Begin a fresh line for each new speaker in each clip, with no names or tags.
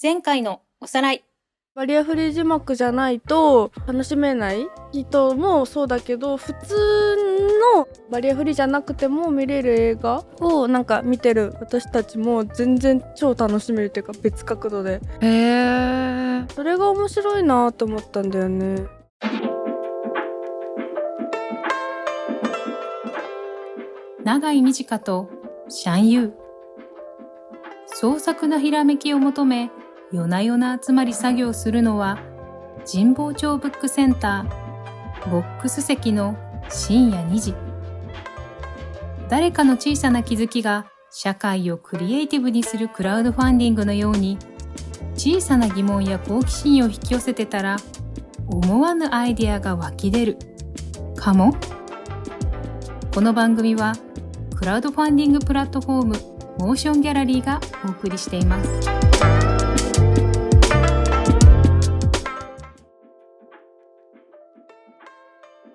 前回のおさらい。
バリアフリー字幕じゃないと楽しめない人もそうだけど普通のバリアフリーじゃなくても見れる映画をなんか見てる私たちも全然超楽しめるっていうか別角度で
へえ
それが面白いなと思ったんだよね
長井美智香とシャン ユー。創作なひらめきを求め、夜な夜な集まり作業するのは、神保町ブックセンター、ボックス席の深夜2時。誰かの小さな気づきが社会をクリエイティブにするクラウドファンディングのように、小さな疑問や好奇心を引き寄せてたら、思わぬアイデアが湧き出る。かもこの番組は、クラウドファンディングプラットフォームモーションギャラリーがお送りしています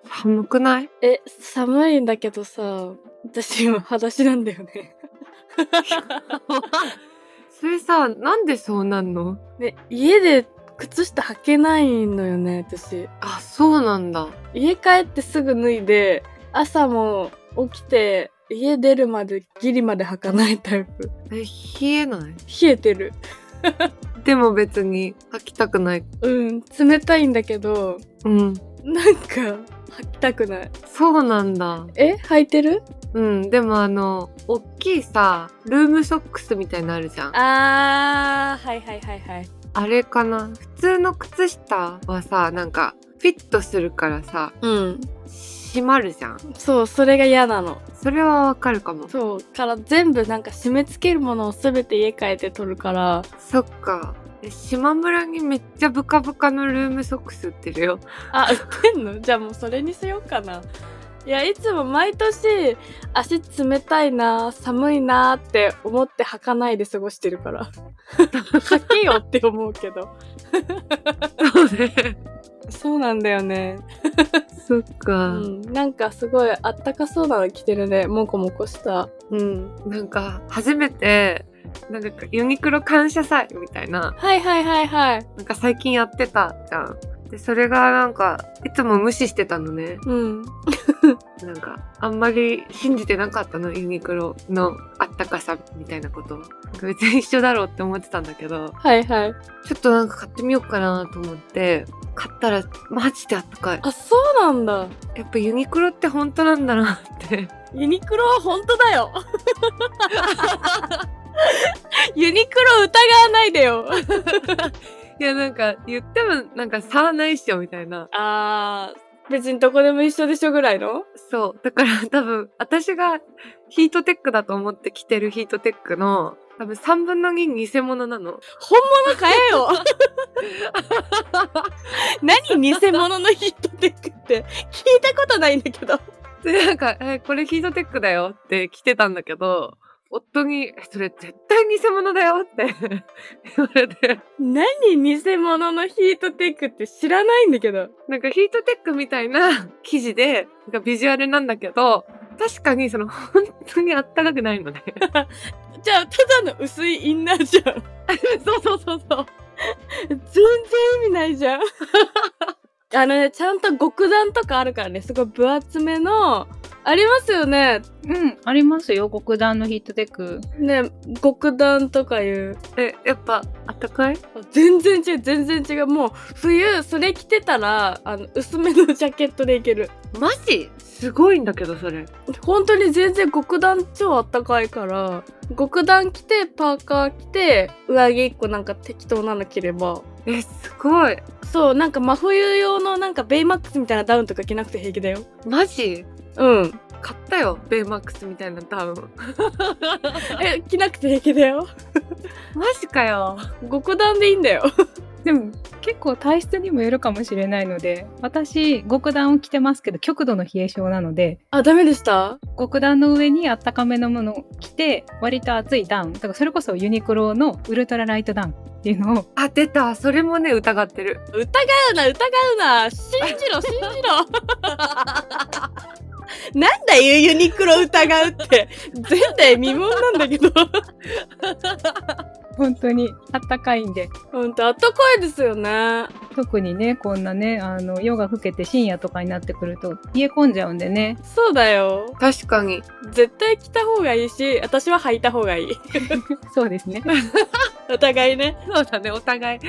寒くない
え寒いんだけどさ私今裸足なんだよね
それさなんでそうなんの
ね家で靴下履けないのよね私
あそうなんだ
家帰ってすぐ脱いで朝も起きて家出るまでギリまで履かないタイプ
え冷えない
冷えてる
でも別に履きたくない
うん冷たいんだけど
うん
なんか履きたくない
そうなんだ
え履いてる
うんでもあのおっきいさルームソックスみたいなのあるじゃんあ
あーはいはいはいはい
れかな普通の靴下はさなんかフィットするからさ
うん
閉まるじゃん
そうそれが嫌なの
それはわかるかも
そうから全部なんか締め付けるものを全て家帰って取るから
そっかえ島村にめっちゃブカブカのルームソックス売ってるよ
あ売ってんのじゃあもうそれにしようかないやいつも毎年足冷たいな寒いなって思って履かないで過ごしてるから 履けよって思うけど
そうね
そうなんだよね
そっ
う
か、
んなんかすごいあったかそうなの着てるねもこもこしたうん
なんか初めてなんかユニクロ感謝祭みたいな
はいはいはいはい
なんか最近やってたじゃんでそれがなんかいつも無視してたのね
うん
なんかあんまり信じてなかったのユニクロのあったかさみたいなことをなんか別に一緒だろうって思ってたんだけど
はいはい
ちょっとなんか買ってみようかなと思って買ったらマジであったかい
あそうなんだ
やっぱユニクロって本当なんだなって
ユニクロは本当だよ ユニクロ疑わないでよ
いやなんか言ってもなんか差はないっしょみたいな
あー、別にどこでも一緒でしょぐらいの
そうだから 多分私がヒートテックだと思って着てるヒートテックの多分3分の2偽物なの
本物買えよ 何偽物のヒットテックって聞いたことないんだけど。
でなんか、えこれヒートテックだよって着てたんだけど夫にえ「それ絶対偽物だよ」って 言われて
何偽物のヒートテックって知らないんだけど。
なんかヒートテックみたいな 生地でなんかビジュアルなんだけど確かにその本当にあったかくないのね
じゃあ、ただの薄いインナー じゃん。
そうそうそうそう
全然意味ない じゃん。あのね、ちゃんと極暖とかあるからね、すごい分厚めの、ありますよね。
うんありますよ極団のヒットテック
ね、極暖とかいう。
えやっぱあったかい
全然違う全然違うもう冬それ着てたらあの薄めのジャケットでいける
マジすごいんだけどそれ
本当に全然極暖超あったかいから極暖着てパーカー着て上着1個なんか適当なの着れば
えすごい
そうなんか真冬用のなんかベイマックスみたいなダウンとか着なくて平気だよ
マジ
うん
買ったよベイマックスみたいなダウン
え着なくて平気だよ
マジかよ
極暖でいいんだよ
でも結構体質にもよるかもしれないので私極暖を着てますけど極度の冷え性なので
あダメでした
極暖の上にあったかめのものを着て割と厚いダウンだからそれこそユニクロのウルトラライトダウンっていうのを
あ出たそれもね疑ってる
疑うな疑うな信じろ信じろなんだよユニクロ疑うって前代未聞なんだけど
本当にあったかいんで
ほんとあったかいですよね
特にねこんなねあの夜が更けて深夜とかになってくると冷え込んじゃうんでね
そうだよ
確かに。
絶対着た方がいいし私は履いた方がいい
そうですね
お互いね
そうだね、お互い。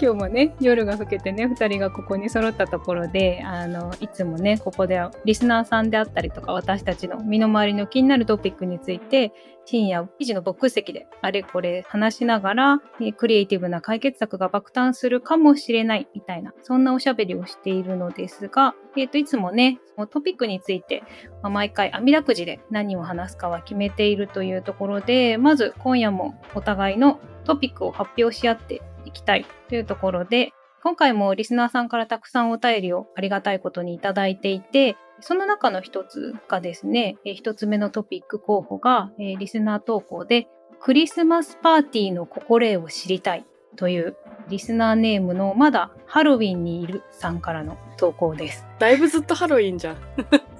今日もね夜が更けてね2人がここに揃ったところであのいつもねここではリスナーさんであったりとか私たちの身の回りの気になるトピックについて深夜記事のボックス席であれこれ話しながらえークリエイティブな解決策が爆誕するかもしれないみたいなそんなおしゃべりをしているのですが、えー、といつもねそのトピックについて、まあ毎回網だくじで何を話すかは決めているというところでまず今夜もお互いのトピックを発表し合っていきたいというところで今回もリスナーさんからたくさんお便りをありがたいことにいただいていてその中の一つがですねえー一つ目のトピック候補が、えーリスナー投稿でクリスマスパーティーの心得を知りたいというリスナーネームのまだハロウィンにいるさんからの投稿です。
だいぶずっとハロウィンじゃん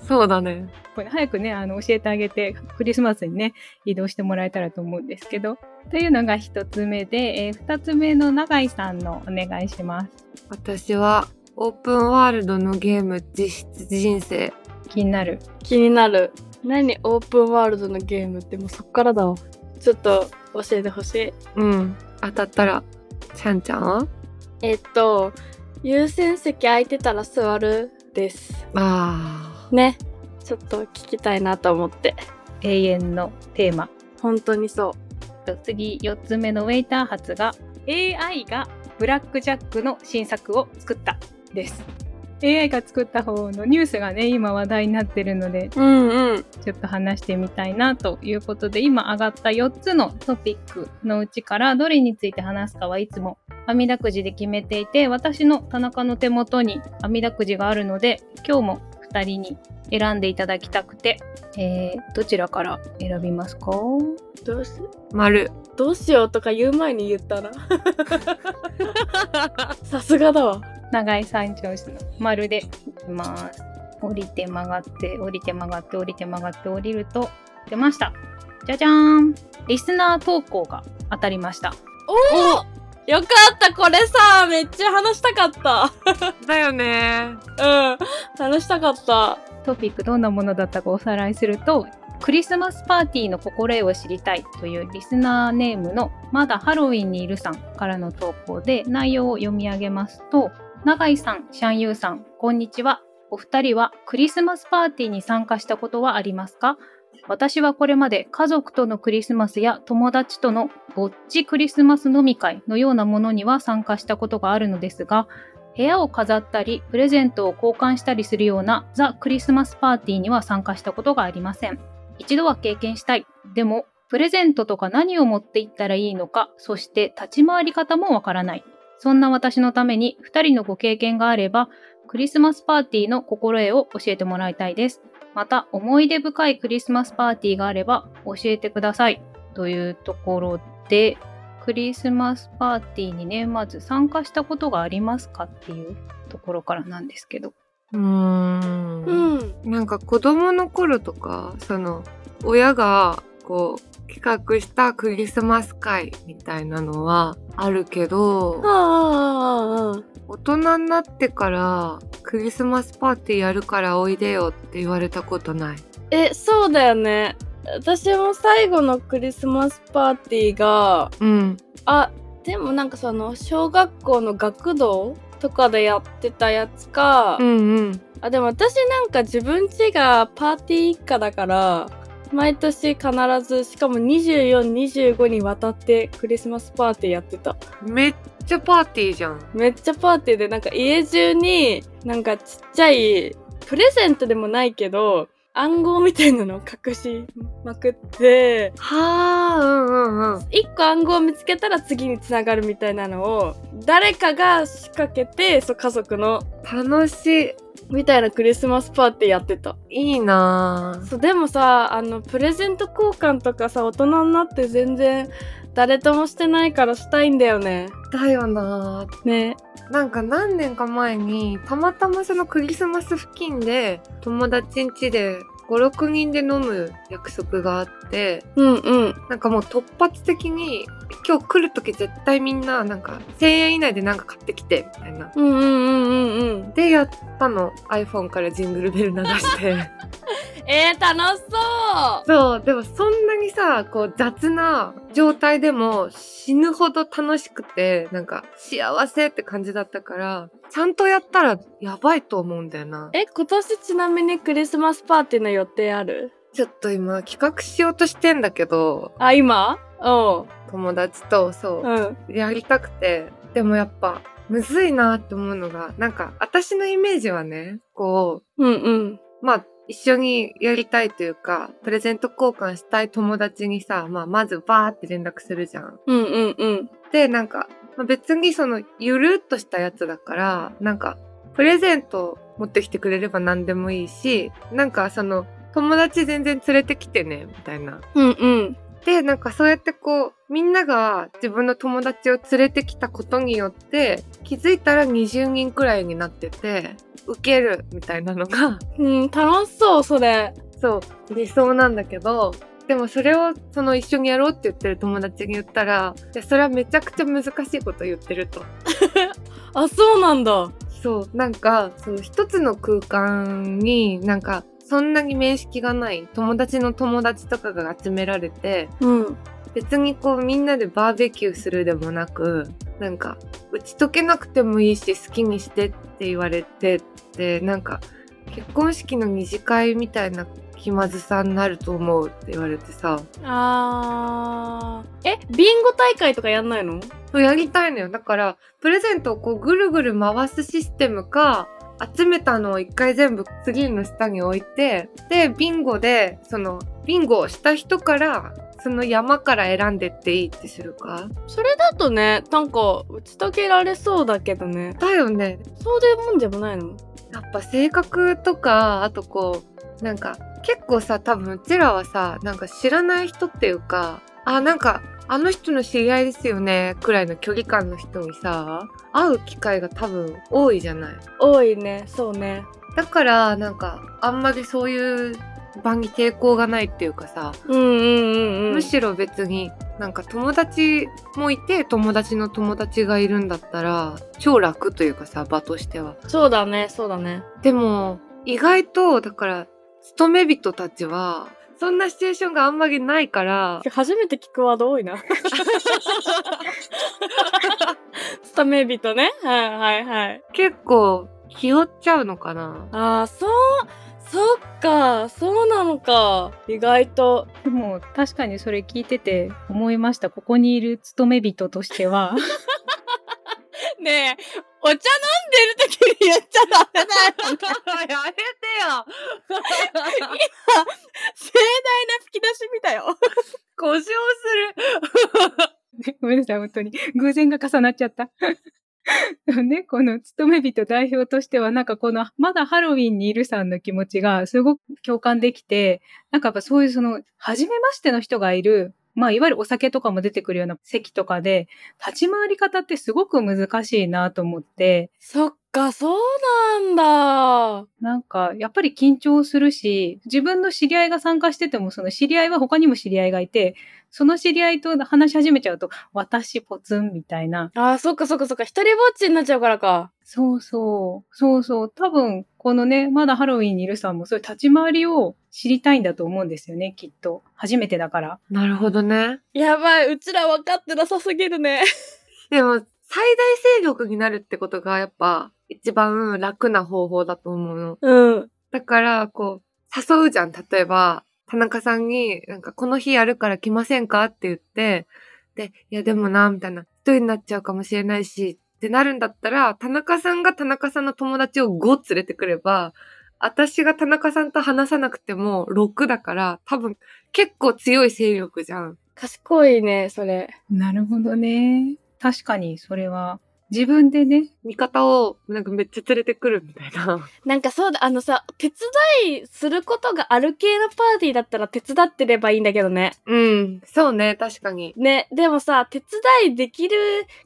そうだね。
これ早くねあの教えてあげてクリスマスにね移動してもらえたらと思うんですけどというのが一つ目で、えー二つ目の永井さんのお願いします。
私は、オープンワールドのゲーム実質人生。
気になる
気になる何オープンワールドのゲームってもうそっからだわちょっと教えてほしい
うん。当たったら、ちゃんちゃんは
えっと優先席空いてたら座るです
あ
ねちょっと聞きたいなと思って
永遠のテーマ
本当にそ
次4つ目のウェイター発が AI がブラックジャックの新作を作ったです AI が作った方のニュースがね今話題になってるので
ううんうん
ちょっと話してみたいなということで今上がった4つのトピックのうちからどれについて話すかはいつも網だくじで決めていて私の田中の手元に網だくじがあるので今日も2人に選んでいただきたくて、えーどちらから選びますか
どうし
ー。丸。
どうしようとか言う前に言ったなさすがだわ
長い三調子の丸でいきます降りて曲がって降りて曲がって降りて曲がって降りると出ましたじゃじゃーんリスナー投稿が当たりました
おおよかったこれさめっちゃ話したかった
だよね。
うん話したかった
トピックどんなものだったかおさらいするとクリスマスパーティーの心得を知りたいというリスナーネームのまだハロウィンにいるさんからの投稿で内容を読み上げますと永井さん、シャンユーさん、こんにちは。お二人はクリスマスパーティーに参加したことはありますか私はこれまで家族とのクリスマスや友達とのぼっちクリスマス飲み会のようなものには参加したことがあるのですが、部屋を飾ったりプレゼントを交換したりするようなザ・クリスマスパーティーには参加したことがありません一度は経験したいでもプレゼントとか何を持っていったらいいのかそして立ち回り方もわからないそんな私のために2人のご経験があればクリスマスパーティーの心得を教えてもらいたいですまた思い出深いクリスマスパーティーがあれば教えてくださいというところでクリスマスパーティーにねまず参加したことがありますかっていうところからなんですけど
うーん
うん
なんか子供の頃とか、その、親が、こう、企画したクリスマス会みたいなのはあるけど
あ、ああああ
大人になってから、クリスマスパーティーやるからおいでよって言われたことない。
えそうだよね私も最後のクリスマスパーティーが
うん。
あでもなんかその小学校の学童とかでやってたやつか、
うんうん。
あでも私なんか自分家がパーティー一家だから毎年必ずしかも2425にわたってクリスマスパーティーやってた
めっちゃパーティーじゃん。
めっちゃパーティーでなんか家中になんかちっちゃいプレゼントでもないけど暗号みたいなのを隠しまくって
はあ、うんうんうん。
一個暗号を見つけたら次につながるみたいなのを誰かが仕掛けてそう家族の
楽しい。
みたいなクリスマスパーティーやってた
いいなぁ
そうでもさあのプレゼント交換とかさ大人になって全然誰ともしてないからしたいんだよね
だよなぁ
ね
なんか何年か前にたまたまそのクリスマス付近で友達ん家で56人で飲む約束があって
うんうん。
なんかもう突発的に今日来る時絶対みんななんか1000円以内でなんか買ってきてみたいな。
うんうんうんうんうん。
でやったの iPhone からジングルベル流して
えー、楽しそう
そうでもそんなにさこう雑な状態でも死ぬほど楽しくてなんか幸せって感じだったからちゃんとやったらやばいと思うんだよな
え、今年ちなみにクリスマスパーティーの予定ある
ちょっと今企画しようとしてんだけど
あ、今おう。
友達とそう
うん。
やりたくてでもやっぱむずいなって思うのがなんか私のイメージはねこ
うんうん。
うまあ一緒にやりたいというかプレゼント交換したい友達にさ、まあ、まずバーって連絡するじゃん。
うんうんうん。
でなんか、まあ別にそのゆるっとしたやつだからなんかプレゼント持ってきてくれれば何でもいいしなんかその友達全然連れてきてねみたいな
うんうん。
でなんかそうやってこうみんなが自分の友達を連れてきたことによって気づいたら20人くらいになっててウケるみたいなのが
うん、楽しそう、それ。
そう理想なんだけどでもそれをその一緒にやろうって言ってる友達に言ったらいやそれはめちゃくちゃ難しいこと言ってると。
あ、そうなんだ。
そうなんかその一つの空間になんかそんなに面識がない友達の友達とかが集められて
うん。
別にこうみんなでバーベキューするでもなくなんか打ち解けなくてもいいし好きにしてって言われてってなんか結婚式の二次会みたいな気まずさになると思うって言われてさ
あー。え、ビンゴ大会とかやんないの
やりたいのよだからプレゼントをこうぐるぐる回すシステムか集めたのを一回全部次の下に置いてでビンゴでそのビンゴをした人からその山から選んでっていいってするか
それだとね、なんか、打ち解けられそうだけどね。
だよね
そうでもんでもないの
やっぱ性格とかあとこうなんか結構さ多分うちらはさなんか知らない人っていうかあなんかあの人の知り合いですよねくらいの距離感の人にさ会う機会が多分多いじゃない
多いね、そうね。
だからなんかあんまりそういう場に抵抗がないっていうかさ、
うんうんうんうん。
むしろ別になんか友達もいて友達の友達がいるんだったら超楽というかさ場としては
そうだね、そうだね。
でも意外とだから勤め人たちはそんなシチュエーションがあんまりないから
初めて聞くワード多いな。スタメビとね。はいはいはい。
結構気負っちゃうのか な
ああ、そう、そっか、そうなのか。意外と。
でも確かにそれ聞いてて思いましたここにいる勤め人としては
ねえ、お茶飲んでる時に言っちゃダメだよ。
やめてよ
盛大な吹き出し見たよ。
故障する
ごめんなさい本当に偶然が重なっちゃった ね、この勤め人代表としてはなんかこのまだハロウィンにいるさんの気持ちがすごく共感できてなんかやっぱそういうその初めましての人がいるまあいわゆるお酒とかも出てくるような席とかで立ち回り方ってすごく難しいなと思って
そっか、そうなんだ。
なんか、やっぱり緊張するし、自分の知り合いが参加してても、その知り合いは他にも知り合いがいて、その知り合いと話し始めちゃうと、私ポツンみたいな。
ああ、そっかそっかそっか。一人ぼっちになっちゃうからか。
そうそう、そうそう。多分、このね、まだハロウィンにいるさんも、そういう立ち回りを知りたいんだと思うんですよね、きっと。初めてだから。
なるほどね
やばい、うちら分かってなさすぎるね。
でも、最大勢力になるってことが、やっぱ、一番楽な方法だと思うの。
うん。
だから、こう、誘うじゃん。例えば、田中さんに、なんか、この日やるから来ませんかって言って、で、いや、でもな、みたいな、一人になっちゃうかもしれないし、ってなるんだったら、田中さんが田中さんの友達を5連れてくれば、私が田中さんと話さなくても6だから、多分、結構強い勢力じゃん。
賢いね、それ。
なるほどね。確かに、それは自分でね、
味方をなんかめっちゃ連れてくるみたいな。
なんかそうだ、あのさ、手伝いすることがある系のパーティーだったら手伝ってればいいんだけどね。
うん、そうね、確かに。
ね、でもさ、手伝いできる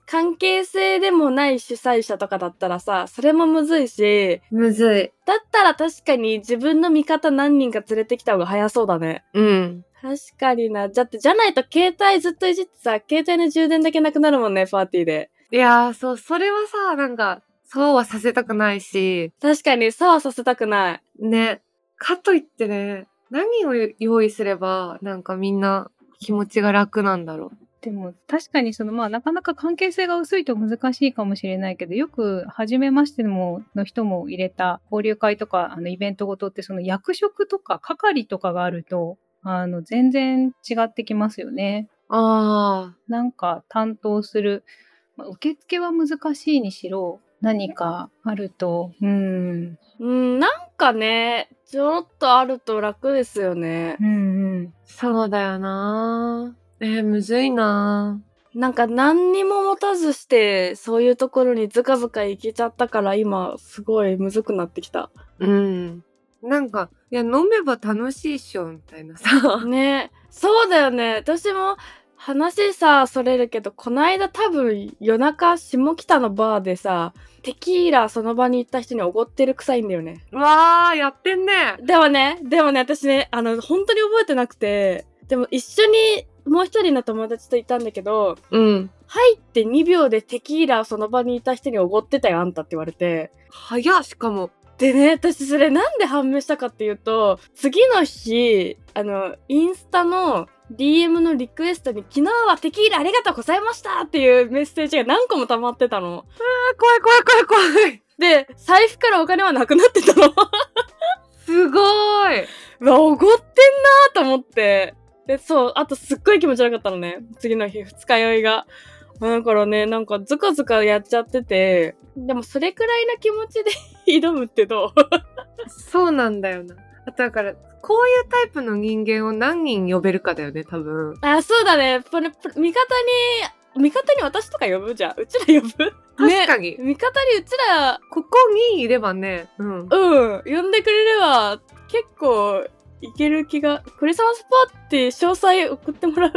関係性でもない主催者とかだったらさ、それもむずいし、
むずい。
だったら確かに自分の味方何人か連れてきた方が早そうだね。
うん。
確かにな。だって、じゃないと携帯ずっといじってさ、携帯の充電だけなくなるもんね、パーティーで。
いやー、そう、それはさ、なんか、そうはさせたくないし、
確かに、そうはさせたくない。
ね。かといってね、何を用意すれば、なんかみんな気持ちが楽なんだろ
でも確かにそのまあなかなか関係性が薄いと難しいかもしれないけどよく初めましてもの人も入れた交流会とかあのイベントごとってその役職とか係とかがあるとあの全然違ってきますよね。
う。ああ、
なんか担当する、まあ、受付は難しいにしろ何かあるとうん
うん、なんかね、ちょろっとあると楽ですよね
う。んうん
そうだよなー。えー、むずいな
なんか何にも持たずして、そういうところにズカズカ行けちゃったから、今、すごいむずくなってきた。
ー。うん。なんか、いや、飲めば楽しいっしょ、みたいなさ。
ね、そうだよね。私も、話さ、それるけど、こないだ多分夜中、下北のバーでさ、テキーラその場に行った人におごってる臭いんだよね。
うわー、やってんね。
でもね、でもね、私ね、あの、本当に覚えてなくて、でも一緒にもう一人の友達といたんだけど、
うん。
入って2秒でテキーラをその場にいた人におごってたよ、あんたって言われて。
早っ、しかも。
でね、私それなんで判明したかっていうと、次の日、あの、インスタの DM のリクエストに昨日はテキーラありがとうございましたっていうメッセージが何個も溜まってたの。
あー、怖い怖い怖い怖い。
で、財布からお金はなくなってたの。
すごーい。
うわ、おごってんなーと思って。で、そう、あとすっごい気持ち悪かったのね。次の日、二日酔いが。だからね、なんかズカズカやっちゃってて、でもそれくらいの気持ちで 挑むってどう
そうなんだよな。あとだから、こういうタイプの人間を何人呼べるかだよね、多分。
あ、そうだね。これプ味方に、味方に私とか呼ぶじゃん。うちら呼ぶ
確か
に。
に。
味方にうちら、
ここにいればね、うん。
うん、呼んでくれれば、結構、いける気が。クリスマスパーティー詳細送ってもらう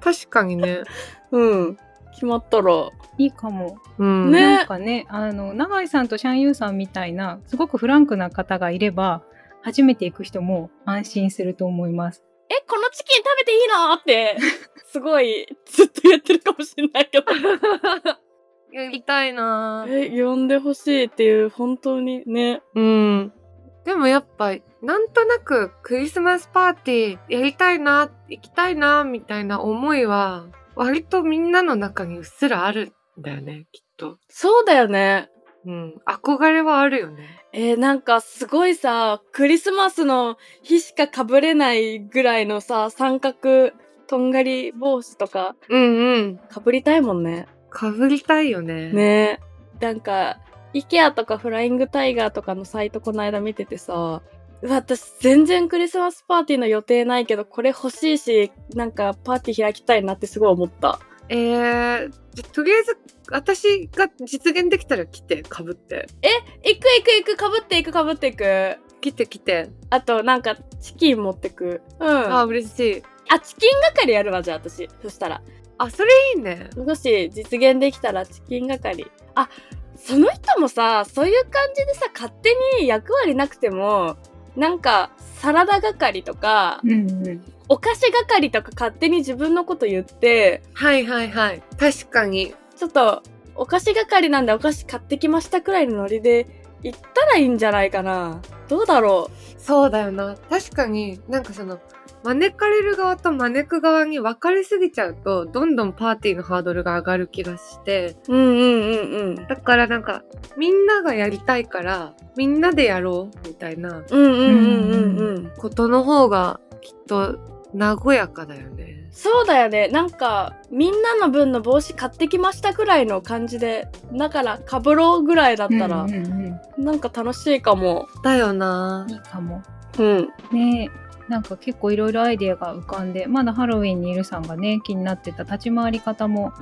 確かにね。
うん。決まったら。
いいかも。
うん。
ね
なんかねあの永井さんとシャンユーさんみたいなすごくフランクな方がいれば初めて行く人も安心すると思います。
え、このチキン食べていいの って、すごい、ずっと言ってるかもしれないけど。
やりたいなぁ
え、呼んでほしいっていう、本当にね。
うん。でもやっぱ、なんとなくクリスマスパーティーやりたいな、行きたいな、みたいな思いは、割とみんなの中にうっすらあるんだよね、きっと。
そうだよね。
うん。憧れはあるよね。
えーなんかすごいさ、クリスマスの日しか被れないぐらいのさ、三角、とんがり帽子とか、
うんうん。
被りたいもんね。
かぶりたいよね。
ねなんか、イケアとかフライングタイガーとかのサイトこの間見ててさ、うわ私全然クリスマスパーティーの予定ないけど、これ欲しいし、なんかパーティー開きたいなってすごい思った。
えー、じゃとりあえず、私が実現できたら来て、かぶって。
行く行く行く、かぶっていくかぶっていく。
来て来て。
あと、なんか、チキン持ってく。うん。
ああ、
あ、
嬉しい。
チキン係やるわ、じゃあ私。そしたら。
あ、それいいね。
もし実現できたらチキン係。あ、その人もさ、そういう感じでさ、勝手に役割なくても、なんか、サラダ係とか、
うんうん、
お菓子係とか勝手に自分のこと言って、
はいはいはい。確かに。
ちょっと、お菓子係なんでお菓子買ってきましたくらいのノリで行ったらいいんじゃないかな。どうだろ
そうだよな。確かに、なんかその、招かれる側と招く側に分かれすぎちゃうと、どんどんパーティーのハードルが上がる気がして、
う。うんうんうんうん。
だからなんか、みんながやりたいから、みんなでやろう、みたいな
うんうんうんうんうん。
ことの方が、きっと、和やかだよね。
そうだよね。なんか、みんなの分の帽子買ってきましたくらいの感じで、だから、かぶろうぐらいだったら
うん、うんうん
なんか楽しいかも。
だよない
いかも。
うん。
ねなんか結構いろいろアイデアが浮かんでまだハロウィンにいるさんがね気になってた立ち回り方も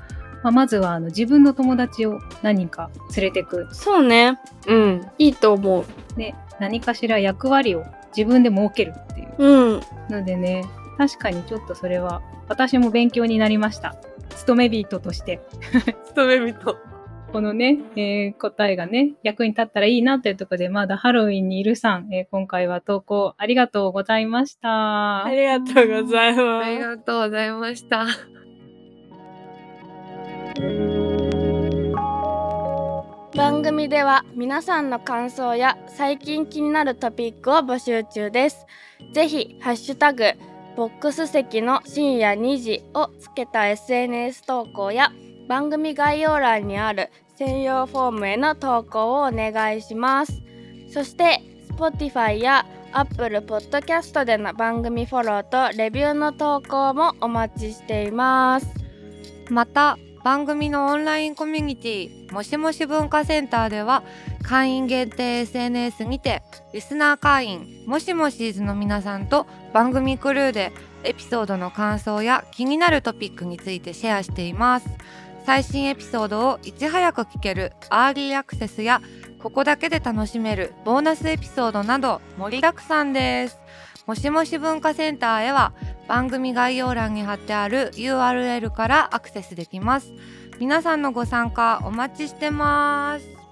まあ、まずはあの自分の友達を何人か連れてく。
そうね。
うん。
いいと思う。
で、何かしら役割を自分で設けるっていう。
うん。
のでね、確かにちょっとそれは私も勉強になりました。勤め人として。
勤め人。
このね、えー答えがね、役に立ったらいいなというところで、まだハロウィンにいるさん、えー今回は投稿ありがとうございました。
ありがとうございま
あり
す。
がとうございました。
番組では皆さんの感想や最近気になるトピックを募集中ですぜひハッシュタグボックス席の深夜2時をつけた SNS 投稿や番組概要欄にある専用フォームへの投稿をお願いしますそして Spotify や Apple Podcast での番組フォローとレビューの投稿もお待ちしています
また番組のオンラインコミュニティもしもし文化センターでは会員限定 SNS にてリスナー会員もしもしーずの皆さんと番組クルーでエピソードの感想や気になるトピックについてシェアしています最新エピソードをいち早く聞けるアーリーアクセスやここだけで楽しめるボーナスエピソードなど盛りだくさんですもしもし文化センターへは番組概要欄に貼ってある URL からアクセスできます皆さんのご参加お待ちしてます